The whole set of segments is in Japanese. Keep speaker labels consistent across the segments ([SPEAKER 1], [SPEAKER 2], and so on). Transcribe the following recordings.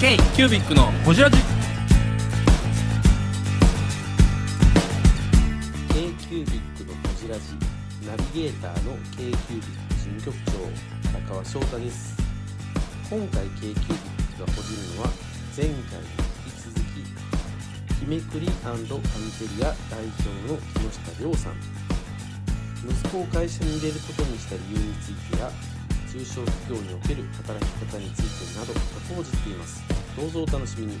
[SPEAKER 1] K キュービックのホジラジ
[SPEAKER 2] k q b i c のこじらじナビゲーターの k q b i c 事務局長荒川翔太です今回 k q b i c がほじるのは前回に引き続き日めくりカミテリア代表の木下亮さん息子を会社に入れることにした理由についてや中小企業における働き方についてなど深く応じていますどうぞお楽しみに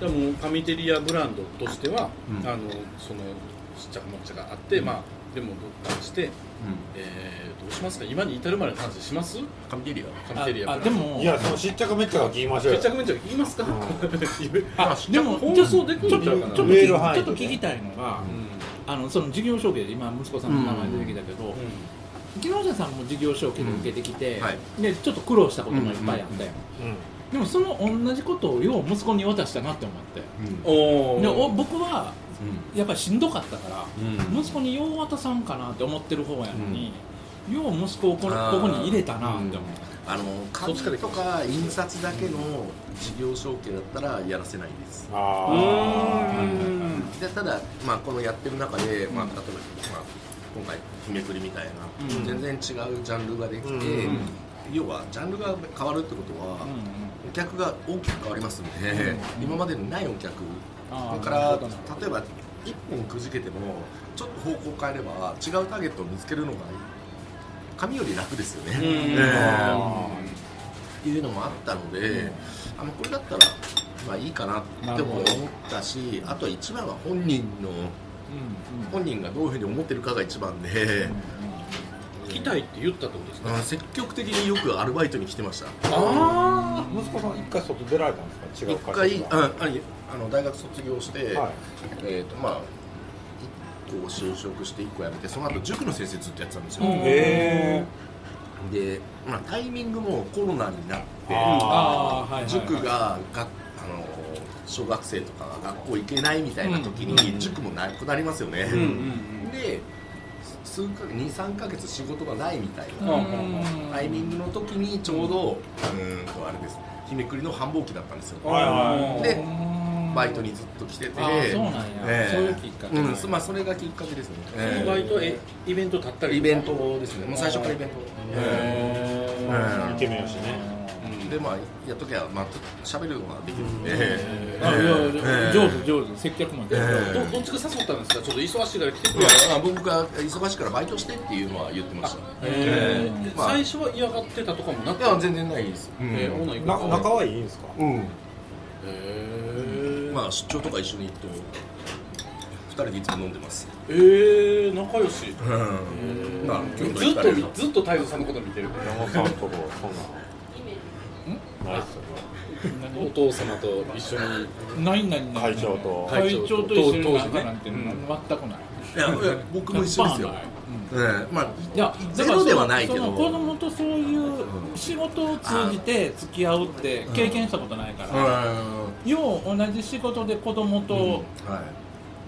[SPEAKER 3] でもカミテリアブランドとしては、
[SPEAKER 2] うん
[SPEAKER 3] あのそのちっちゃくもっちゃがあって、まあレモンとったりして、えーどうしますか今に至るまでの話します
[SPEAKER 1] カミテリ
[SPEAKER 3] カミテリア
[SPEAKER 1] あ
[SPEAKER 3] ブラン
[SPEAKER 1] で
[SPEAKER 3] ド
[SPEAKER 1] も
[SPEAKER 4] いや、そのしっちゃかめっちゃか聞きましょう
[SPEAKER 3] ち
[SPEAKER 4] よ
[SPEAKER 3] っちゃ。くめっちゃ言いますか、
[SPEAKER 4] うん
[SPEAKER 1] あでも
[SPEAKER 3] 放
[SPEAKER 1] ちょっと
[SPEAKER 3] 送できる
[SPEAKER 1] ちょっ
[SPEAKER 3] ん
[SPEAKER 1] と
[SPEAKER 3] ち
[SPEAKER 1] ち
[SPEAKER 3] ゃ
[SPEAKER 1] ょ
[SPEAKER 3] う
[SPEAKER 1] っ
[SPEAKER 3] かな
[SPEAKER 1] と
[SPEAKER 4] メール
[SPEAKER 1] 聞
[SPEAKER 4] 範
[SPEAKER 1] きちょ
[SPEAKER 4] 囲
[SPEAKER 1] っと聞きたいのが、
[SPEAKER 3] うん
[SPEAKER 1] あのその事業承継で今息子さんの名前出てきたけど、木下さんも事業承継で受けてきて、
[SPEAKER 5] うんはい
[SPEAKER 1] でちょっと苦労したこともいっぱいあったよ、
[SPEAKER 4] う
[SPEAKER 1] でもその同じことをよう息子に渡したなって思って
[SPEAKER 5] う
[SPEAKER 3] おー
[SPEAKER 1] でお僕は
[SPEAKER 5] ん
[SPEAKER 1] やっぱりしんどかったから、
[SPEAKER 5] うん
[SPEAKER 1] 息子によう渡さんかなって思ってる方やのに、よう息子をこここに入れたなって思って。
[SPEAKER 5] あの
[SPEAKER 3] そっ
[SPEAKER 5] 紙
[SPEAKER 3] ちから行き
[SPEAKER 5] と
[SPEAKER 3] ます
[SPEAKER 5] か印刷だけの事業承継だったらやらせないです
[SPEAKER 4] ん。あ
[SPEAKER 5] でただ、まあ、このやってる中で、まあ、
[SPEAKER 1] う
[SPEAKER 5] 例
[SPEAKER 1] ん
[SPEAKER 5] えば、まあ、今回日めくりみたいな、
[SPEAKER 1] うん
[SPEAKER 5] 全然違うジャンルができて、
[SPEAKER 4] うん
[SPEAKER 5] 要はジャンルが変わるってことは、お客が大きく変わりますんで、
[SPEAKER 1] うん
[SPEAKER 5] 今までにないお客
[SPEAKER 1] あ
[SPEAKER 5] だ
[SPEAKER 1] ー
[SPEAKER 5] から
[SPEAKER 1] なるほど
[SPEAKER 5] 例えば1本くじけてもちょっと方向変えれば違うターゲットを見つけるのが紙より楽ですよね。
[SPEAKER 3] うん
[SPEAKER 5] えー
[SPEAKER 4] あ
[SPEAKER 5] っていうのもあったので、あのこれだったらまあいいかなっても思ったしあとは一番は本人の本人がどういうふうに思ってるかが一番で、
[SPEAKER 3] 聞きたいって言ったってことですか、
[SPEAKER 5] あ積極的によくアルバイトに来てました
[SPEAKER 3] あ
[SPEAKER 4] ー息子さん一回外出られたんですか違
[SPEAKER 5] 一
[SPEAKER 4] う
[SPEAKER 5] 回
[SPEAKER 4] 会社
[SPEAKER 5] あああの大学卒業して、
[SPEAKER 4] はい
[SPEAKER 5] えっ、とまあ1個就職して1個辞めてその後塾の先生ずっとやってたんですよ、
[SPEAKER 1] うん
[SPEAKER 4] へ
[SPEAKER 5] で、まあ、タイミングもコロナになって
[SPEAKER 4] あ
[SPEAKER 1] あーはいはいはい
[SPEAKER 5] 塾ががあの小学生とかが学校行けないみたいな時
[SPEAKER 1] うんうんう
[SPEAKER 5] に
[SPEAKER 1] ん
[SPEAKER 5] 塾もなくなりますよね、
[SPEAKER 3] うんうん
[SPEAKER 5] で数か23か月仕事がないみたい
[SPEAKER 1] うん
[SPEAKER 5] な、
[SPEAKER 1] うん
[SPEAKER 5] タイミングの時にちょうど、うんとあれです日めくりの繁忙期だったんですよ、
[SPEAKER 3] うん
[SPEAKER 4] はいはい
[SPEAKER 3] うん
[SPEAKER 5] でバイトにずっと来てて
[SPEAKER 1] あーそうなんや
[SPEAKER 5] ええ
[SPEAKER 1] そういうきっかけ
[SPEAKER 5] うんそまあ、それがきっかけですね、
[SPEAKER 3] そのバイトえイベント立ったり
[SPEAKER 5] イベントですねもう最初からイベント、
[SPEAKER 3] へ
[SPEAKER 4] ーイケメンやしね。
[SPEAKER 5] うんでまあやっときゃまあちょっと喋るのができるんで、
[SPEAKER 1] あいやいや
[SPEAKER 5] ええ
[SPEAKER 1] 上手上手接客も上手
[SPEAKER 5] え
[SPEAKER 3] どどっちが誘ったんですかちょっと忙しいから来てく
[SPEAKER 5] い
[SPEAKER 3] れ
[SPEAKER 5] やあ僕が忙しいからバイトしてっていうのは言ってました
[SPEAKER 3] え
[SPEAKER 5] え
[SPEAKER 3] ー
[SPEAKER 5] まあ
[SPEAKER 3] 最初は嫌がってたとかもなく
[SPEAKER 5] いや全然ないです、うん
[SPEAKER 3] えーオーナー
[SPEAKER 4] な
[SPEAKER 3] 行くか
[SPEAKER 4] 仲はいいんですか。
[SPEAKER 3] え
[SPEAKER 5] まあ出張とか一緒に行くと二人でいつも飲んでます、
[SPEAKER 3] えー、仲良し
[SPEAKER 5] まあ
[SPEAKER 3] ず
[SPEAKER 5] 今
[SPEAKER 3] っ
[SPEAKER 5] 日
[SPEAKER 3] と
[SPEAKER 5] も行かれる
[SPEAKER 3] みずっと太蔵さんのこと見てる
[SPEAKER 4] 山本さんとこそんな。ないっすよね。
[SPEAKER 3] お父様と一緒に
[SPEAKER 1] ないないない
[SPEAKER 4] 会長と
[SPEAKER 1] 会長と一緒に仲なん
[SPEAKER 3] 当
[SPEAKER 1] て
[SPEAKER 3] 時ね
[SPEAKER 1] 全くない
[SPEAKER 5] いやいや僕も一緒ですよ
[SPEAKER 1] やっぱない
[SPEAKER 5] ええまあ
[SPEAKER 1] いや
[SPEAKER 5] ゼロではないけど
[SPEAKER 1] だからそのその子供とそういう仕事を通じて付き合うって経験したことないから、
[SPEAKER 5] う
[SPEAKER 1] よう同じ仕事で子供と
[SPEAKER 5] ん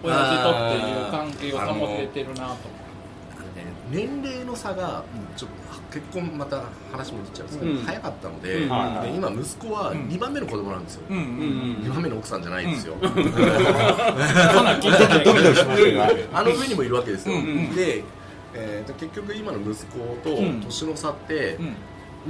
[SPEAKER 1] 親
[SPEAKER 5] はい
[SPEAKER 1] 父とっていう関係を保ててるなと、
[SPEAKER 5] あのね年齢の差がちょっと結婚また話も出ちゃうんですけど、
[SPEAKER 3] うん
[SPEAKER 5] 早かったので,、
[SPEAKER 3] うん
[SPEAKER 4] はいはい
[SPEAKER 5] で今息子は
[SPEAKER 1] うん
[SPEAKER 5] 2番目の子供なんですよ、
[SPEAKER 1] うんうん
[SPEAKER 3] うん
[SPEAKER 5] 2番目の奥さんじゃないんですよ、
[SPEAKER 1] かなり聞いてない
[SPEAKER 4] ドキドキしましたよね。
[SPEAKER 5] あの上にもいるわけですよ、
[SPEAKER 1] うんうん
[SPEAKER 5] で、えーと結局今の息子と
[SPEAKER 1] うん
[SPEAKER 5] 年の差って
[SPEAKER 1] うん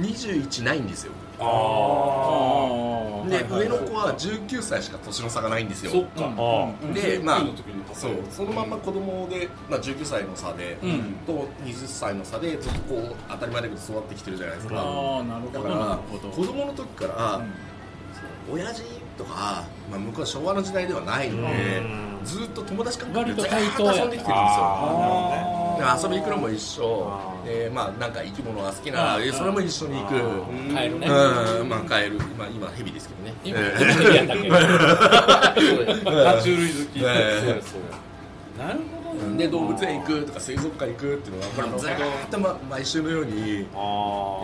[SPEAKER 5] 21ないんですよ、
[SPEAKER 4] あ
[SPEAKER 1] あー
[SPEAKER 5] で、
[SPEAKER 1] はいはい
[SPEAKER 5] 上の子は19歳しか年の差がないんですよ
[SPEAKER 3] そっか、
[SPEAKER 1] うんうん
[SPEAKER 5] でまあ
[SPEAKER 3] 19の時に
[SPEAKER 5] そうそのまんま子供で、まあ、19歳の差で、
[SPEAKER 1] うん
[SPEAKER 5] と20歳の差でずっとこう当たり前だけど育ってきてるじゃないですか、
[SPEAKER 1] あーなる
[SPEAKER 5] だ
[SPEAKER 1] ほ
[SPEAKER 5] か
[SPEAKER 1] どなるほ
[SPEAKER 5] ら
[SPEAKER 1] ど
[SPEAKER 5] 子供の時から、親父とか、まあ、向こうは昭和の時代ではないので、
[SPEAKER 4] うん
[SPEAKER 5] ずっと友達関係
[SPEAKER 1] 割
[SPEAKER 5] で
[SPEAKER 1] と
[SPEAKER 5] ずっ
[SPEAKER 1] 対等
[SPEAKER 5] と
[SPEAKER 1] や
[SPEAKER 5] 遊んできてるんですよ
[SPEAKER 4] あ
[SPEAKER 5] で遊び行くのも一緒
[SPEAKER 4] あー
[SPEAKER 5] でまあなんか生き物が好きな
[SPEAKER 1] あー
[SPEAKER 5] えそれも一緒に行く
[SPEAKER 4] あー
[SPEAKER 5] う
[SPEAKER 1] 帰るね
[SPEAKER 5] んまあカエルまあ今ヘビですけどね
[SPEAKER 1] 今
[SPEAKER 5] え
[SPEAKER 1] ヘビやったけど
[SPEAKER 3] そうや爬虫類好き、
[SPEAKER 5] ええ
[SPEAKER 3] そうやそうやなるほど
[SPEAKER 5] で動物園行くとか水族館行くっていうのはこれもずーっと、ま、毎週のように
[SPEAKER 4] あ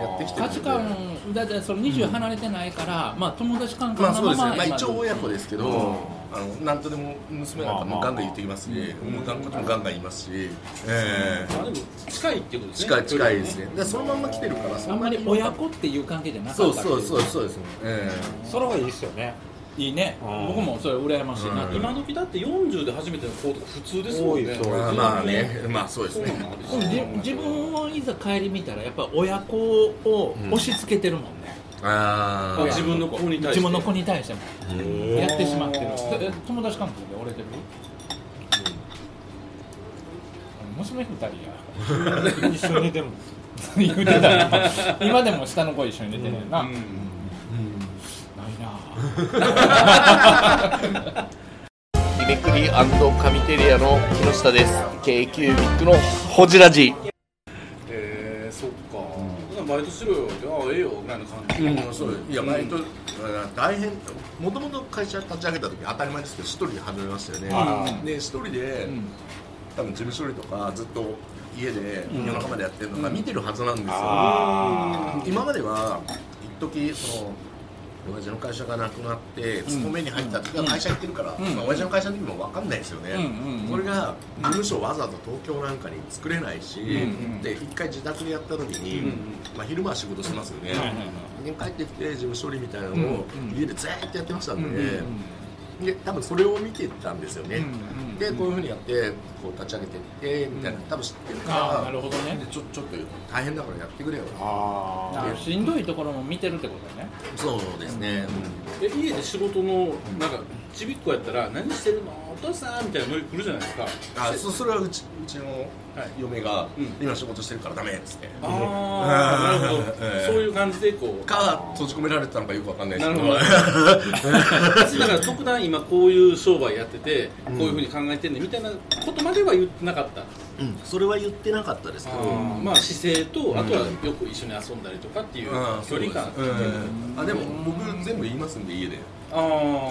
[SPEAKER 4] ー
[SPEAKER 5] やってきて
[SPEAKER 1] 価値観だってその20離れてないから、まあ友達関係
[SPEAKER 5] まあ
[SPEAKER 1] の
[SPEAKER 5] そうですね、
[SPEAKER 1] ま
[SPEAKER 5] まあ、
[SPEAKER 1] 今
[SPEAKER 5] 一応親子ですけど、
[SPEAKER 4] うん
[SPEAKER 5] あの何とでも娘なんかもガンガン言ってきますし、もうガンこっちもガンガン言いますし、え
[SPEAKER 3] まあでも近いってこと
[SPEAKER 5] え
[SPEAKER 3] ですね
[SPEAKER 5] 近い近いですねでそのまんま来てるからそ
[SPEAKER 1] あんまり
[SPEAKER 5] の
[SPEAKER 1] 親子っていう関係じゃなかった
[SPEAKER 5] そう
[SPEAKER 1] ってい
[SPEAKER 5] そうそうそうですね、え
[SPEAKER 4] それはいいですよね
[SPEAKER 1] いいね、
[SPEAKER 4] うん
[SPEAKER 1] 僕もそれ羨ましいなって、
[SPEAKER 5] うん
[SPEAKER 1] 今
[SPEAKER 3] 今時だって40で初めての子とか普通ですもん
[SPEAKER 4] 多い
[SPEAKER 3] ね
[SPEAKER 5] え
[SPEAKER 4] そう
[SPEAKER 5] まあまあねまあそうです
[SPEAKER 3] そう
[SPEAKER 5] ね
[SPEAKER 3] なんです
[SPEAKER 1] でもじ自分をいざ帰り見たらやっぱ親子を押し付けてるもんね、
[SPEAKER 5] あ
[SPEAKER 3] あ
[SPEAKER 5] あ
[SPEAKER 3] 自分の子に対して
[SPEAKER 1] 自分の子に対しても
[SPEAKER 5] うん
[SPEAKER 1] やってしまってる
[SPEAKER 3] うん
[SPEAKER 1] それ友達関係で折れてる娘二人や
[SPEAKER 4] 一緒に寝てるんです
[SPEAKER 1] 言うてたな今でも下の子一緒に寝てるな、
[SPEAKER 3] うん
[SPEAKER 1] ないなぁ
[SPEAKER 6] リメクリカミテリアの木下です k キュービックのホジラジ
[SPEAKER 3] えーそっかだからバイトしろよってああええよぐらいの感じ
[SPEAKER 5] うんそういやバイト、大変もともと会社立ち上げた時当たり前ですけど一人で始めましたよね、で一人で、
[SPEAKER 1] ん
[SPEAKER 5] 多分事務処理とかずっと家で夜中までやってるのが見てるはずなんですよ、
[SPEAKER 4] あ
[SPEAKER 5] 今までは一時その親父の会社がなくなって勤めに入った時は会社行ってるから、
[SPEAKER 1] ん
[SPEAKER 5] まあ、親父の会社の時も分かんないですよね、
[SPEAKER 1] うんうん
[SPEAKER 5] それが事務所わざわざ東京なんかに作れないし、
[SPEAKER 1] ん
[SPEAKER 5] で一回自宅でやった時に、まあ、昼間は仕事しますよね、
[SPEAKER 1] はいはいはい
[SPEAKER 5] で帰ってきて事務処理みたいなのを
[SPEAKER 1] うんうん
[SPEAKER 5] 家でずーっとやってましたんで,、
[SPEAKER 1] うん
[SPEAKER 5] で多分それを見てたんですよね、
[SPEAKER 1] うんうん
[SPEAKER 5] でこういうふうにやってこう立ち上げてってみたいな、
[SPEAKER 1] うん
[SPEAKER 5] 多分知ってる
[SPEAKER 1] あ
[SPEAKER 5] か
[SPEAKER 1] あな
[SPEAKER 5] ら
[SPEAKER 1] るほどね
[SPEAKER 5] でちょちょっと大変だからやってくれよ
[SPEAKER 4] あ
[SPEAKER 1] あーしんどいところも見てるってことね
[SPEAKER 5] そうですね、
[SPEAKER 3] え家で仕事のなんかちびっこやったら何してるのお父さんみたいなノリ来るじゃないですか
[SPEAKER 5] あそそれはうちうちの嫁が、
[SPEAKER 3] うん
[SPEAKER 5] 今仕事してるからダメっつって
[SPEAKER 3] ああなるほど、
[SPEAKER 5] ええ
[SPEAKER 3] そういう感じでこう
[SPEAKER 5] か閉じ込められてたのかよくわかんないですけど
[SPEAKER 3] なる私だから特段今こういう商売やっててこういうふうに考えてんねんみたいなことまでは言ってなかった
[SPEAKER 5] うん それは言ってなかったですけど
[SPEAKER 3] うんまあ姿勢とあとはよく一緒に遊んだりとかっていう
[SPEAKER 5] うん
[SPEAKER 3] 距離感
[SPEAKER 5] そうですうんあでも僕全部言いますんで家で
[SPEAKER 3] ああ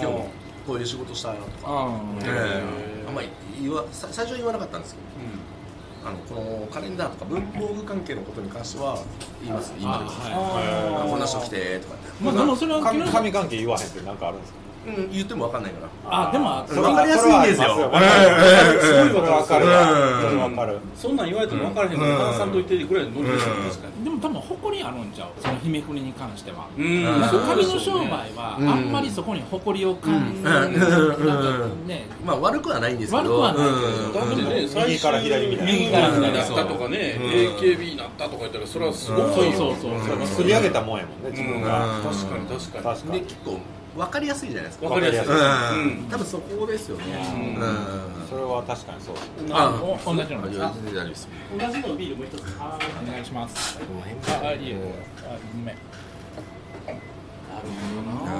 [SPEAKER 5] 今日もこういう仕事したいなとか
[SPEAKER 1] あ
[SPEAKER 5] ええあんまり言わさ最初は言わなかったんですけどあのこのカレンダーとか文房具関係のことに関しては言います言いま
[SPEAKER 1] あ
[SPEAKER 5] す
[SPEAKER 1] は
[SPEAKER 5] あこんな人来
[SPEAKER 3] て
[SPEAKER 5] てとかって
[SPEAKER 1] まあでもそれは木
[SPEAKER 4] 神
[SPEAKER 1] 下
[SPEAKER 4] 神関係言わへんってなんかあるんですか
[SPEAKER 5] うん言ってもわかんないから
[SPEAKER 1] あでも
[SPEAKER 5] わかりやすいんですよ
[SPEAKER 4] それはありますよわかるすごいことわかるわ
[SPEAKER 5] うん
[SPEAKER 4] それわかる
[SPEAKER 3] そんなん言われても分からへんから話さんといてぐらいのノリでしたね確か
[SPEAKER 1] でも多分誇りあるんちゃうその姫国に関しては
[SPEAKER 3] に
[SPEAKER 5] うん
[SPEAKER 1] なん
[SPEAKER 5] そ
[SPEAKER 1] か
[SPEAKER 5] う
[SPEAKER 1] 紙の商売はあ
[SPEAKER 5] うん
[SPEAKER 1] んまりそこに誇りを感
[SPEAKER 5] う
[SPEAKER 1] じる、
[SPEAKER 5] ん
[SPEAKER 1] なんかね
[SPEAKER 5] まあ悪くはないんですけど
[SPEAKER 1] 悪くはない
[SPEAKER 3] だってね最初
[SPEAKER 4] 右から左みたいな
[SPEAKER 3] 右から左になっ
[SPEAKER 5] そう
[SPEAKER 3] たとかね
[SPEAKER 5] うん
[SPEAKER 3] AKB になったとか言ったらそれはすごいよ
[SPEAKER 1] そうそうそう
[SPEAKER 4] それも作り上げたもんやもんね自
[SPEAKER 3] うん
[SPEAKER 4] 分
[SPEAKER 3] 確
[SPEAKER 4] が
[SPEAKER 3] かに確か
[SPEAKER 4] 確
[SPEAKER 5] うん
[SPEAKER 4] か
[SPEAKER 5] で
[SPEAKER 4] に
[SPEAKER 5] 結構わかりやすいじゃないですか
[SPEAKER 3] に分かりやすい
[SPEAKER 4] わ
[SPEAKER 3] う
[SPEAKER 5] うん
[SPEAKER 3] ん
[SPEAKER 5] 多分そこですよね
[SPEAKER 3] うん
[SPEAKER 4] それは確かにそうです
[SPEAKER 5] あ
[SPEAKER 1] お同じのお
[SPEAKER 5] 全
[SPEAKER 1] 願
[SPEAKER 5] 然大丈夫です
[SPEAKER 1] いします
[SPEAKER 5] この辺
[SPEAKER 1] ああいいよあごめん
[SPEAKER 3] あの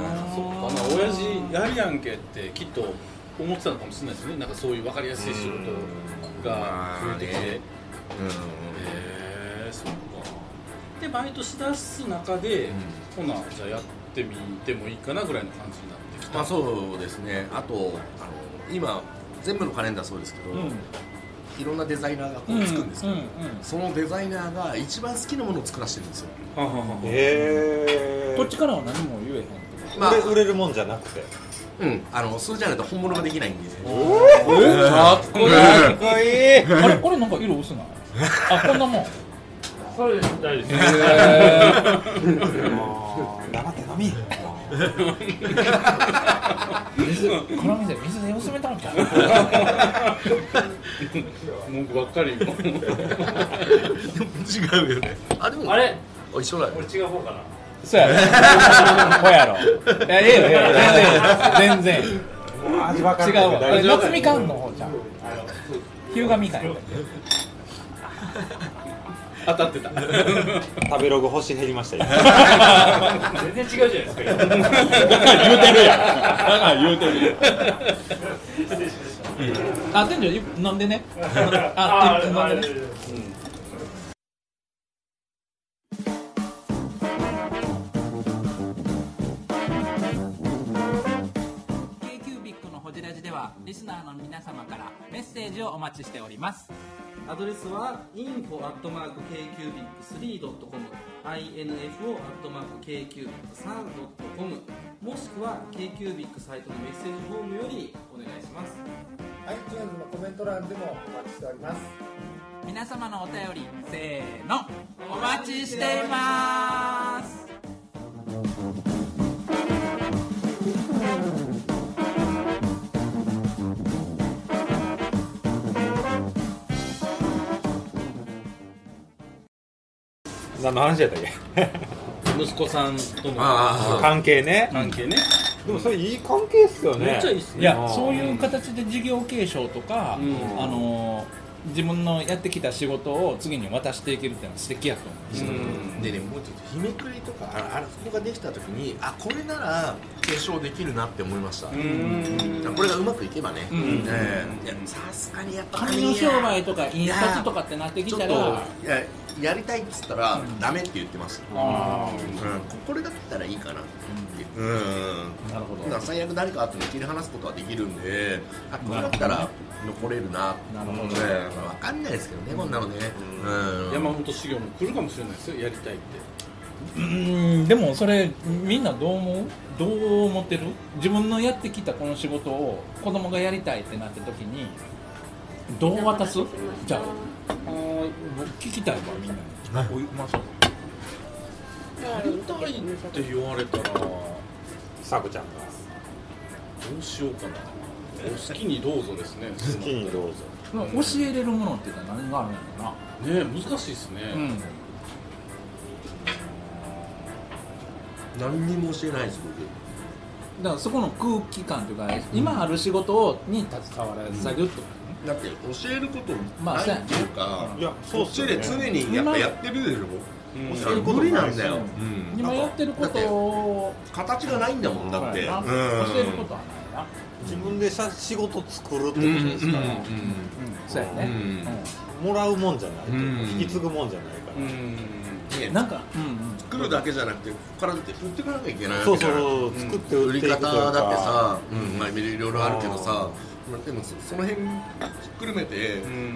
[SPEAKER 3] 親父やるやんけってきっと思ってたのかもしれないですねなんかそういう分かりやすい仕事が増えてきて、
[SPEAKER 5] まあね
[SPEAKER 3] へえそっかでバイトしだす中で、ほなじゃあやってみてもいいかなぐらいの感じになってきた
[SPEAKER 5] まあそうですねあとあの今全部のカレンダーそうですけど、
[SPEAKER 1] うん
[SPEAKER 5] いろんなデザイナーがこ
[SPEAKER 1] うん
[SPEAKER 5] う作るんですけ
[SPEAKER 1] う
[SPEAKER 5] ど、
[SPEAKER 1] ん
[SPEAKER 5] そのデザイナーが一番好きなものを作らせてるんですよ、
[SPEAKER 3] ははは
[SPEAKER 4] へ
[SPEAKER 1] うん
[SPEAKER 4] え
[SPEAKER 1] こっちからは何も言えへんってこ
[SPEAKER 5] まあ
[SPEAKER 4] 売れ売れるもんじゃなくて
[SPEAKER 5] うん、あのそれじゃないと本物ができないんですよ
[SPEAKER 3] かっこい い
[SPEAKER 4] かいい
[SPEAKER 1] と あれこれなんか色薄ないあこんなもん
[SPEAKER 4] それ大事です黙って飲み
[SPEAKER 1] 水この店水で薄めたんか
[SPEAKER 3] 文句ばっかり
[SPEAKER 5] 違うよねあでも
[SPEAKER 4] あ
[SPEAKER 5] あ
[SPEAKER 4] れ
[SPEAKER 5] 一緒だよ
[SPEAKER 4] 違う方かな
[SPEAKER 1] そうやろ ほやろいやええよええよ全然全然
[SPEAKER 4] 味わか
[SPEAKER 1] 違
[SPEAKER 4] る
[SPEAKER 1] うわあれ
[SPEAKER 4] 大丈夫
[SPEAKER 1] 夏みかんの方じゃん日向みかんやったっけ
[SPEAKER 3] 当たってた
[SPEAKER 4] 食べログ星減りましたよ
[SPEAKER 7] 全然違うじゃないですか今
[SPEAKER 4] 言うてるやんあ言うてる
[SPEAKER 1] あ店長飲んでねあ
[SPEAKER 7] あ
[SPEAKER 1] 店
[SPEAKER 7] あ
[SPEAKER 1] 長
[SPEAKER 7] れ
[SPEAKER 1] 飲んでねのホジラジでは
[SPEAKER 8] リスナーの皆様からメッセージをお待ちしております
[SPEAKER 9] アドレスは info.kcubic3.com info.kcubic3.com もしくは KQBIC サイトのメッセージフォームよりお願いします
[SPEAKER 10] iTunes のコメント欄でもお待ちしております
[SPEAKER 8] 皆様のお便りせーのお待ちしています
[SPEAKER 4] 何の話やったっけ
[SPEAKER 3] 息子さんとの
[SPEAKER 5] あ
[SPEAKER 4] 関係ね
[SPEAKER 3] 関係ね、
[SPEAKER 4] でもそれいい関係っすよね
[SPEAKER 3] めっちゃいいっす
[SPEAKER 1] い
[SPEAKER 3] ね
[SPEAKER 1] やそういう形で事業継承とか、
[SPEAKER 3] ん
[SPEAKER 1] あの自分のやってきた仕事を次に渡していけるっていうのは素敵やと思う
[SPEAKER 5] あでねもうちょっと日めくりとかああらここができた時にあこれなら継承できるなって思いましたこれがうまくいけばねええいやさすがにやっぱ
[SPEAKER 1] 紙の商売とか印刷とかってなってき
[SPEAKER 5] ちょ
[SPEAKER 1] た
[SPEAKER 5] っ
[SPEAKER 1] ら
[SPEAKER 5] といややりたいっつったらダメって言ってました、うんこれだったらいいかなっていう、うん
[SPEAKER 1] なるほど
[SPEAKER 5] だから最悪誰かあっても切り離すことはできるんであこれだったら残れるな
[SPEAKER 1] なるほど
[SPEAKER 5] うん分かんないですけどねこんなのね、うん
[SPEAKER 3] 山本修行も来るかもしれないですよやりたいって
[SPEAKER 1] うんでもそれみんなどう思うどう思ってる自分のやってきたこの仕事を子供がやりたいってなった時にどう渡すじゃあ僕聞きたいわみんなにおいうまそう
[SPEAKER 3] やりたいって言われたらど
[SPEAKER 4] さくちゃんが
[SPEAKER 3] うしようかなお好きにどうぞです ね
[SPEAKER 4] 好きにどうぞ
[SPEAKER 1] 教えれるものって言ったら何があるんやろ
[SPEAKER 3] ね難しいですね、
[SPEAKER 1] うなうん
[SPEAKER 5] 何にも教えないです
[SPEAKER 1] だからそこの空気感というか今ある仕事に携わらず作業ってこ
[SPEAKER 5] 僕だって教えること
[SPEAKER 1] ま
[SPEAKER 5] な
[SPEAKER 1] あ
[SPEAKER 5] い
[SPEAKER 1] そうや
[SPEAKER 5] っていうか、
[SPEAKER 4] いやそうっすよね
[SPEAKER 5] こっちで常にやっぱやってるでしょ、
[SPEAKER 3] うん
[SPEAKER 5] 教えること無理なんだよ、
[SPEAKER 1] と今やってることを
[SPEAKER 5] 形がないんだもんだって、
[SPEAKER 1] 教
[SPEAKER 5] うん
[SPEAKER 1] えることはないな
[SPEAKER 4] 自分でさ仕事作る
[SPEAKER 5] う
[SPEAKER 4] ってこと
[SPEAKER 5] んうんうんうん
[SPEAKER 4] ですから、
[SPEAKER 1] そうやね
[SPEAKER 4] もらうもんじゃないという
[SPEAKER 5] うん
[SPEAKER 4] か引き継ぐもんじゃないか
[SPEAKER 3] う
[SPEAKER 4] ら、
[SPEAKER 3] ん
[SPEAKER 5] ね
[SPEAKER 1] なんかうんうん
[SPEAKER 5] 作るだけじゃなくてここからだって振ってかなきゃいけない
[SPEAKER 4] そ
[SPEAKER 5] わ
[SPEAKER 4] う
[SPEAKER 5] けじゃない
[SPEAKER 4] そう、
[SPEAKER 3] ん
[SPEAKER 4] 作って
[SPEAKER 5] 売
[SPEAKER 4] 売っ
[SPEAKER 5] り
[SPEAKER 4] ていくというか
[SPEAKER 5] 方だってさ、うんまあ、いろいろあるけどさまあでもそその辺ひっくるめて
[SPEAKER 3] うん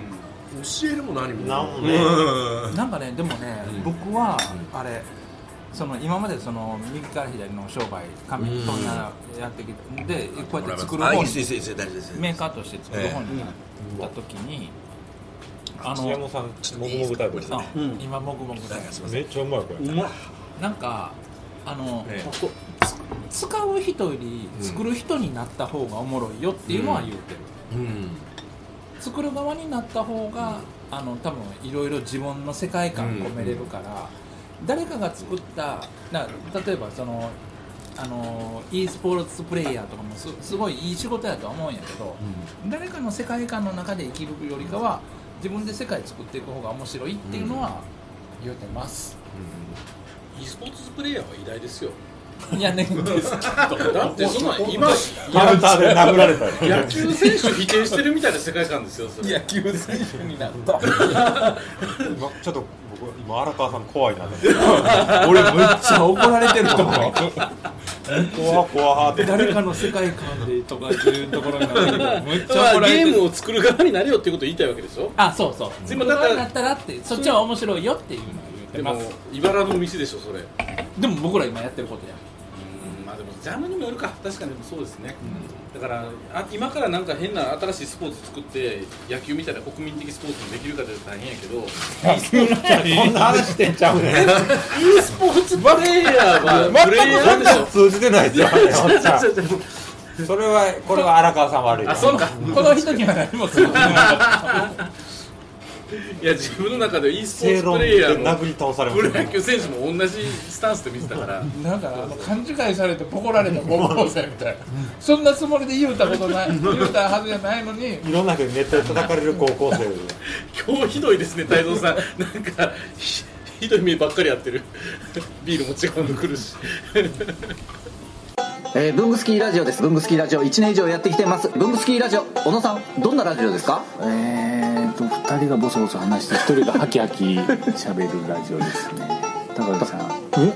[SPEAKER 5] 教えるも何も
[SPEAKER 4] なんもね
[SPEAKER 5] うん
[SPEAKER 1] なんかねでもね、
[SPEAKER 5] うん
[SPEAKER 1] 僕は、あれその今までその右から左の商売紙
[SPEAKER 5] うん
[SPEAKER 1] そんなやってきてでこうやって作る
[SPEAKER 5] あい
[SPEAKER 1] 方
[SPEAKER 5] いですいいですいい
[SPEAKER 1] に
[SPEAKER 5] です大丈夫です
[SPEAKER 1] メーカーとして作る方になった時に、あ
[SPEAKER 4] 宮
[SPEAKER 1] の
[SPEAKER 4] 本さんもぐもぐタイプですね
[SPEAKER 1] あ今もぐもぐだよ
[SPEAKER 4] めっちゃうまいこれ
[SPEAKER 3] うまっ
[SPEAKER 1] なんかあの、
[SPEAKER 5] ええ
[SPEAKER 1] こうつ使う人より作る人になった方がおもろいよっていうのは言うてる、
[SPEAKER 5] うん
[SPEAKER 1] 作る側になった方が、あの多分いろいろ自分の世界観込めれるから、誰かが作ったな例えばそのあの e スポーツプレイヤーとかもすすごいいい仕事やとは思うんやけど、誰かの世界観の中で生きるよりかは自分で世界作っていく方が面白いっていうのは言うてます、
[SPEAKER 3] e スポーツプレイヤーは偉大です よ
[SPEAKER 1] いやね
[SPEAKER 3] だってそん な今
[SPEAKER 4] カウンターで殴られたよ
[SPEAKER 3] 野球選手否定してるみたいな世界観ですよそれ
[SPEAKER 1] 野球選手になった
[SPEAKER 4] 今ちょっと僕今荒川さん怖いな俺むっちゃ怒られてると思う怖怖って
[SPEAKER 1] 誰かの世界観でとかいうところになってるめっちゃ怒ら
[SPEAKER 3] ゲ
[SPEAKER 1] れて
[SPEAKER 3] ー
[SPEAKER 1] る
[SPEAKER 3] ムを作る側になれよっていうことを言いたいわけでしょ
[SPEAKER 1] あそうそう
[SPEAKER 3] で
[SPEAKER 1] で
[SPEAKER 3] も
[SPEAKER 1] も
[SPEAKER 3] だ
[SPEAKER 1] だ
[SPEAKER 3] から
[SPEAKER 1] ったらってそっちは面白いよっていうのを言って
[SPEAKER 3] で
[SPEAKER 1] ま
[SPEAKER 3] も
[SPEAKER 1] す
[SPEAKER 3] 茨の道でしょそれ
[SPEAKER 1] でも僕ら今やってることや
[SPEAKER 3] うんまあでもジャンルにもよるか確かにでもそうですね、だからあ今からなんか変な新しいスポーツ作って野球みたいな国民的スポーツもできるかって大変やけど e
[SPEAKER 4] こんな話してんちゃうねん
[SPEAKER 3] スポーツプレイヤーはプレイヤー
[SPEAKER 4] 全
[SPEAKER 3] でし
[SPEAKER 4] くそんな
[SPEAKER 3] ょ
[SPEAKER 4] の通じてないですよそれはこれは荒川さん悪いよ
[SPEAKER 3] あそうか
[SPEAKER 1] この人には何もすることない
[SPEAKER 3] いや自分の中で e スポー
[SPEAKER 4] 正
[SPEAKER 3] ツ
[SPEAKER 4] 論
[SPEAKER 3] プレイ
[SPEAKER 4] で
[SPEAKER 3] ヤーも
[SPEAKER 4] 殴り倒されま
[SPEAKER 3] プロ
[SPEAKER 4] した
[SPEAKER 3] 野球選手も同じスタンスで見てた から
[SPEAKER 1] なんかあの勘違いされてボコられた高校生みたいなそんなつもりで言うたことない 言うたはずじゃないのに
[SPEAKER 4] いろんな人にネットで叩かれる高校生
[SPEAKER 3] 今日ひどいですね太蔵さんなんかひひどい目ばっかりやってるビールも違うの来るし
[SPEAKER 11] えー、ブングスキーラジオですブングスキーラジオ1年以上やってきてますブングスキーラジオ小野さんどんなラジオですか
[SPEAKER 10] えーと2人がボソボソ話して1人がハキハキ喋るラジオですね高橋さんえ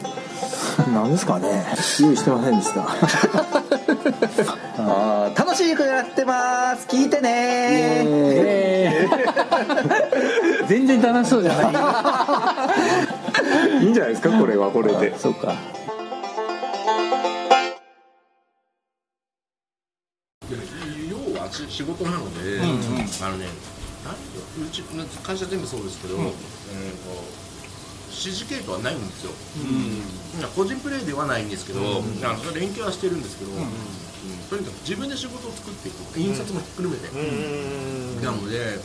[SPEAKER 10] 何ですかね用意してませんでした
[SPEAKER 11] あー楽しい曲やってます聞いてね
[SPEAKER 10] 全然楽しそうじゃ ないいいんじゃないですかこれはこれでそうか
[SPEAKER 5] 要はし仕事なので、
[SPEAKER 10] うんうん
[SPEAKER 5] あのねなんていうのうちの会社全部そうですけど、うん、こう指示系統はないんですよ、いや個人プレイではないんですけど、
[SPEAKER 3] うん
[SPEAKER 5] あのそれ連携はしてるんですけど、
[SPEAKER 3] うん
[SPEAKER 5] うんとにかく自分で仕事を作っていく印刷もひっくるめて、
[SPEAKER 3] うん
[SPEAKER 5] なので、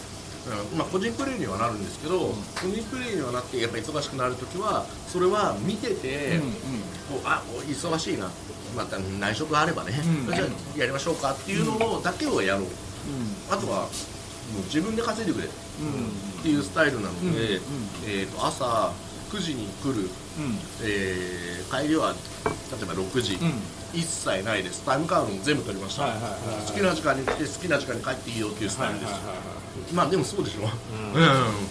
[SPEAKER 5] うんまあ、個人プレイにはなるんですけど、個人プレイにはなってやっぱ忙しくなるときはそれは見てて、
[SPEAKER 3] うんうん
[SPEAKER 5] こうあお忙しいなまた内職があればね、
[SPEAKER 3] うん
[SPEAKER 5] じゃあやりましょうかっていうのをだけをやろう、あとはもう自分で稼いでくれっていうスタイルなので、
[SPEAKER 3] うんうん
[SPEAKER 5] えー、と朝9時に来る、えー帰りは例えば6時、
[SPEAKER 3] うん
[SPEAKER 5] 一切ないですタイムカードも全部取りました、
[SPEAKER 3] はいはいはいはい
[SPEAKER 5] 好きな時間に来て好きな時間に帰っていいよっていうスタイルです、
[SPEAKER 4] はいはいはい
[SPEAKER 5] まあでもそうでしょ、
[SPEAKER 4] うん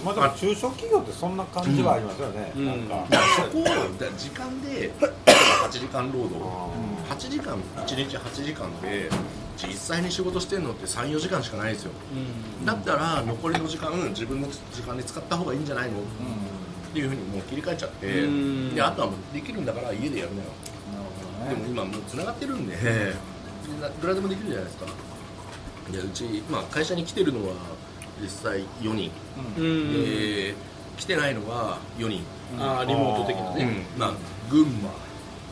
[SPEAKER 4] まあでも中小企業ってそんな感じはありますよね、
[SPEAKER 5] うん
[SPEAKER 4] なんか、
[SPEAKER 5] そこを時間で8時間労働8時間1日8時間で実際に仕事してるのって34時間しかないですよだったら残りの時間自分の時間で使った方がいいんじゃないのっていうふうにもう切り替えちゃっ
[SPEAKER 3] う
[SPEAKER 5] て
[SPEAKER 3] ん
[SPEAKER 5] であとはもうできるんだから家でやるなよでも今もう繋がってるんでなどれでもできるじゃないですかいやうち、まあ、会社に来てるのは実際4人、
[SPEAKER 3] うん
[SPEAKER 5] で来てないのは4人、
[SPEAKER 3] うんあーリモート的なね
[SPEAKER 5] うんまあ、群馬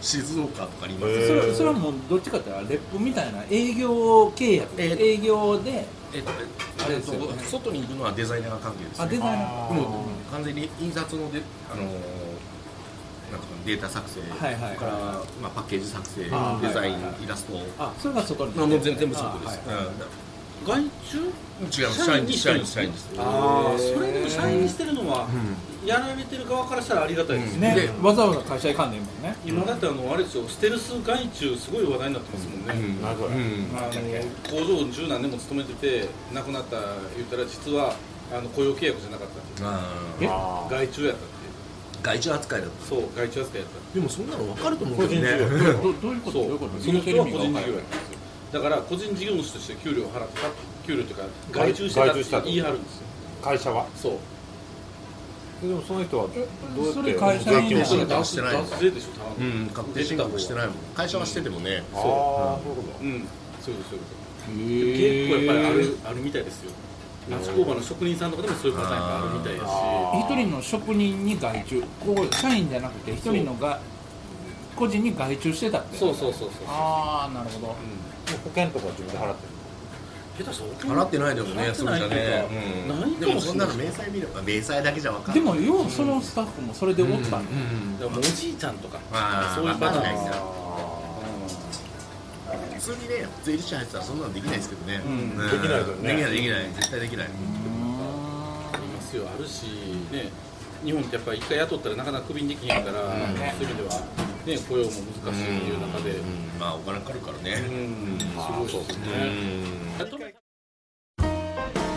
[SPEAKER 5] 静岡とかにいます
[SPEAKER 1] それそれはもうどっちかっていうとレップみたいな営業契約、営業で
[SPEAKER 5] えっと
[SPEAKER 1] あ
[SPEAKER 5] あ
[SPEAKER 1] れ
[SPEAKER 5] れ
[SPEAKER 1] ですよね
[SPEAKER 5] 外にいるのはデザイナー関係です、ね、
[SPEAKER 1] あデザイナー
[SPEAKER 5] もう完全に印刷ので、あのーなんていうかデータ作成、
[SPEAKER 1] はいはい
[SPEAKER 5] それから、まあ、パッケージ作成デ
[SPEAKER 1] あー
[SPEAKER 5] ザイン、
[SPEAKER 1] はいはいはい
[SPEAKER 5] イラスト
[SPEAKER 1] あそれが外に
[SPEAKER 5] まあもう全全部外です、
[SPEAKER 1] あはい
[SPEAKER 5] うん
[SPEAKER 3] 外
[SPEAKER 5] 違
[SPEAKER 3] 注
[SPEAKER 5] う社員社員社員です
[SPEAKER 3] ああ
[SPEAKER 5] へー
[SPEAKER 3] それでも社員にしてるのはやられてる側からしたらありがたいです
[SPEAKER 1] ね
[SPEAKER 3] ね
[SPEAKER 1] でわざわざ会社行かんでいいもんね
[SPEAKER 3] 今だってあのあれですよステルス外注すごい話題になってますもんね、
[SPEAKER 5] うんなるほどうん
[SPEAKER 3] あの工場を十何年も勤めてて亡くなった言ったら実はあの雇用契約じゃなかったっていう
[SPEAKER 5] え
[SPEAKER 3] 外注やったっていう
[SPEAKER 5] 外注扱いだった
[SPEAKER 3] そう外注扱いやった
[SPEAKER 5] でもそんなの分かると思
[SPEAKER 3] 個
[SPEAKER 5] う
[SPEAKER 3] 人
[SPEAKER 5] けど
[SPEAKER 3] 事
[SPEAKER 5] ね
[SPEAKER 3] 業
[SPEAKER 5] ど
[SPEAKER 3] どういうこと
[SPEAKER 5] どういう
[SPEAKER 3] その人は個人事業やったんですよだから個人事業主として給料を払ってた給料というか外注してたって言い張るんですよ
[SPEAKER 4] 会社は
[SPEAKER 3] そう
[SPEAKER 4] でもその人はどうやって
[SPEAKER 3] それ会社に
[SPEAKER 4] 税金を
[SPEAKER 3] 出して
[SPEAKER 4] 納
[SPEAKER 3] 出
[SPEAKER 4] め
[SPEAKER 3] して
[SPEAKER 5] してないの
[SPEAKER 3] 脱税でしょ多分
[SPEAKER 5] うん確定申告してないもん会社はしててもね
[SPEAKER 3] そう
[SPEAKER 4] あーそういうこと
[SPEAKER 3] うんそういうことそういうこと
[SPEAKER 5] へー
[SPEAKER 3] 結構やっぱりあるあるみたいですよ町工場の職人さんとかでもそういうパターンがあるみたいやし
[SPEAKER 1] 一人の職人に外注こう社員じゃなくて一人のが個人に外注してたって
[SPEAKER 3] そうそうそうそう
[SPEAKER 1] ああなるほど、
[SPEAKER 4] 保険とか自分で払って
[SPEAKER 3] 下
[SPEAKER 4] る
[SPEAKER 3] 手した
[SPEAKER 5] 払ってないでもね
[SPEAKER 1] 払って
[SPEAKER 5] そう
[SPEAKER 1] な
[SPEAKER 5] じゃ
[SPEAKER 1] いとか
[SPEAKER 5] ね
[SPEAKER 1] ないかもしれない
[SPEAKER 5] でもそんなの明細見れば明細だけじゃ分かん
[SPEAKER 1] で
[SPEAKER 5] ない
[SPEAKER 1] もようそのスタッフもそれで思ったね、
[SPEAKER 3] だからもうおじいちゃんとか
[SPEAKER 5] あー
[SPEAKER 3] そういうパターンですよ
[SPEAKER 5] ま普通にね税理士入ってたらそんなのできないですけどね、
[SPEAKER 3] うん
[SPEAKER 5] うん
[SPEAKER 3] できないですよね
[SPEAKER 5] できないできない絶対できない、
[SPEAKER 3] ありますよあるしね日本ってやっぱり一回雇ったらなかなかクビにできへんから、そういう意味では、ね、雇用も難しいという中で、
[SPEAKER 5] まあお金かかるからね
[SPEAKER 3] うん、すごいですね、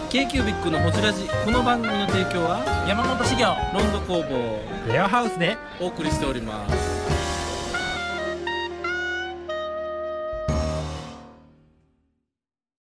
[SPEAKER 9] k q b i c のホジラジこの番組の提供は山本資源ロンド工房レアハウスでお送りしております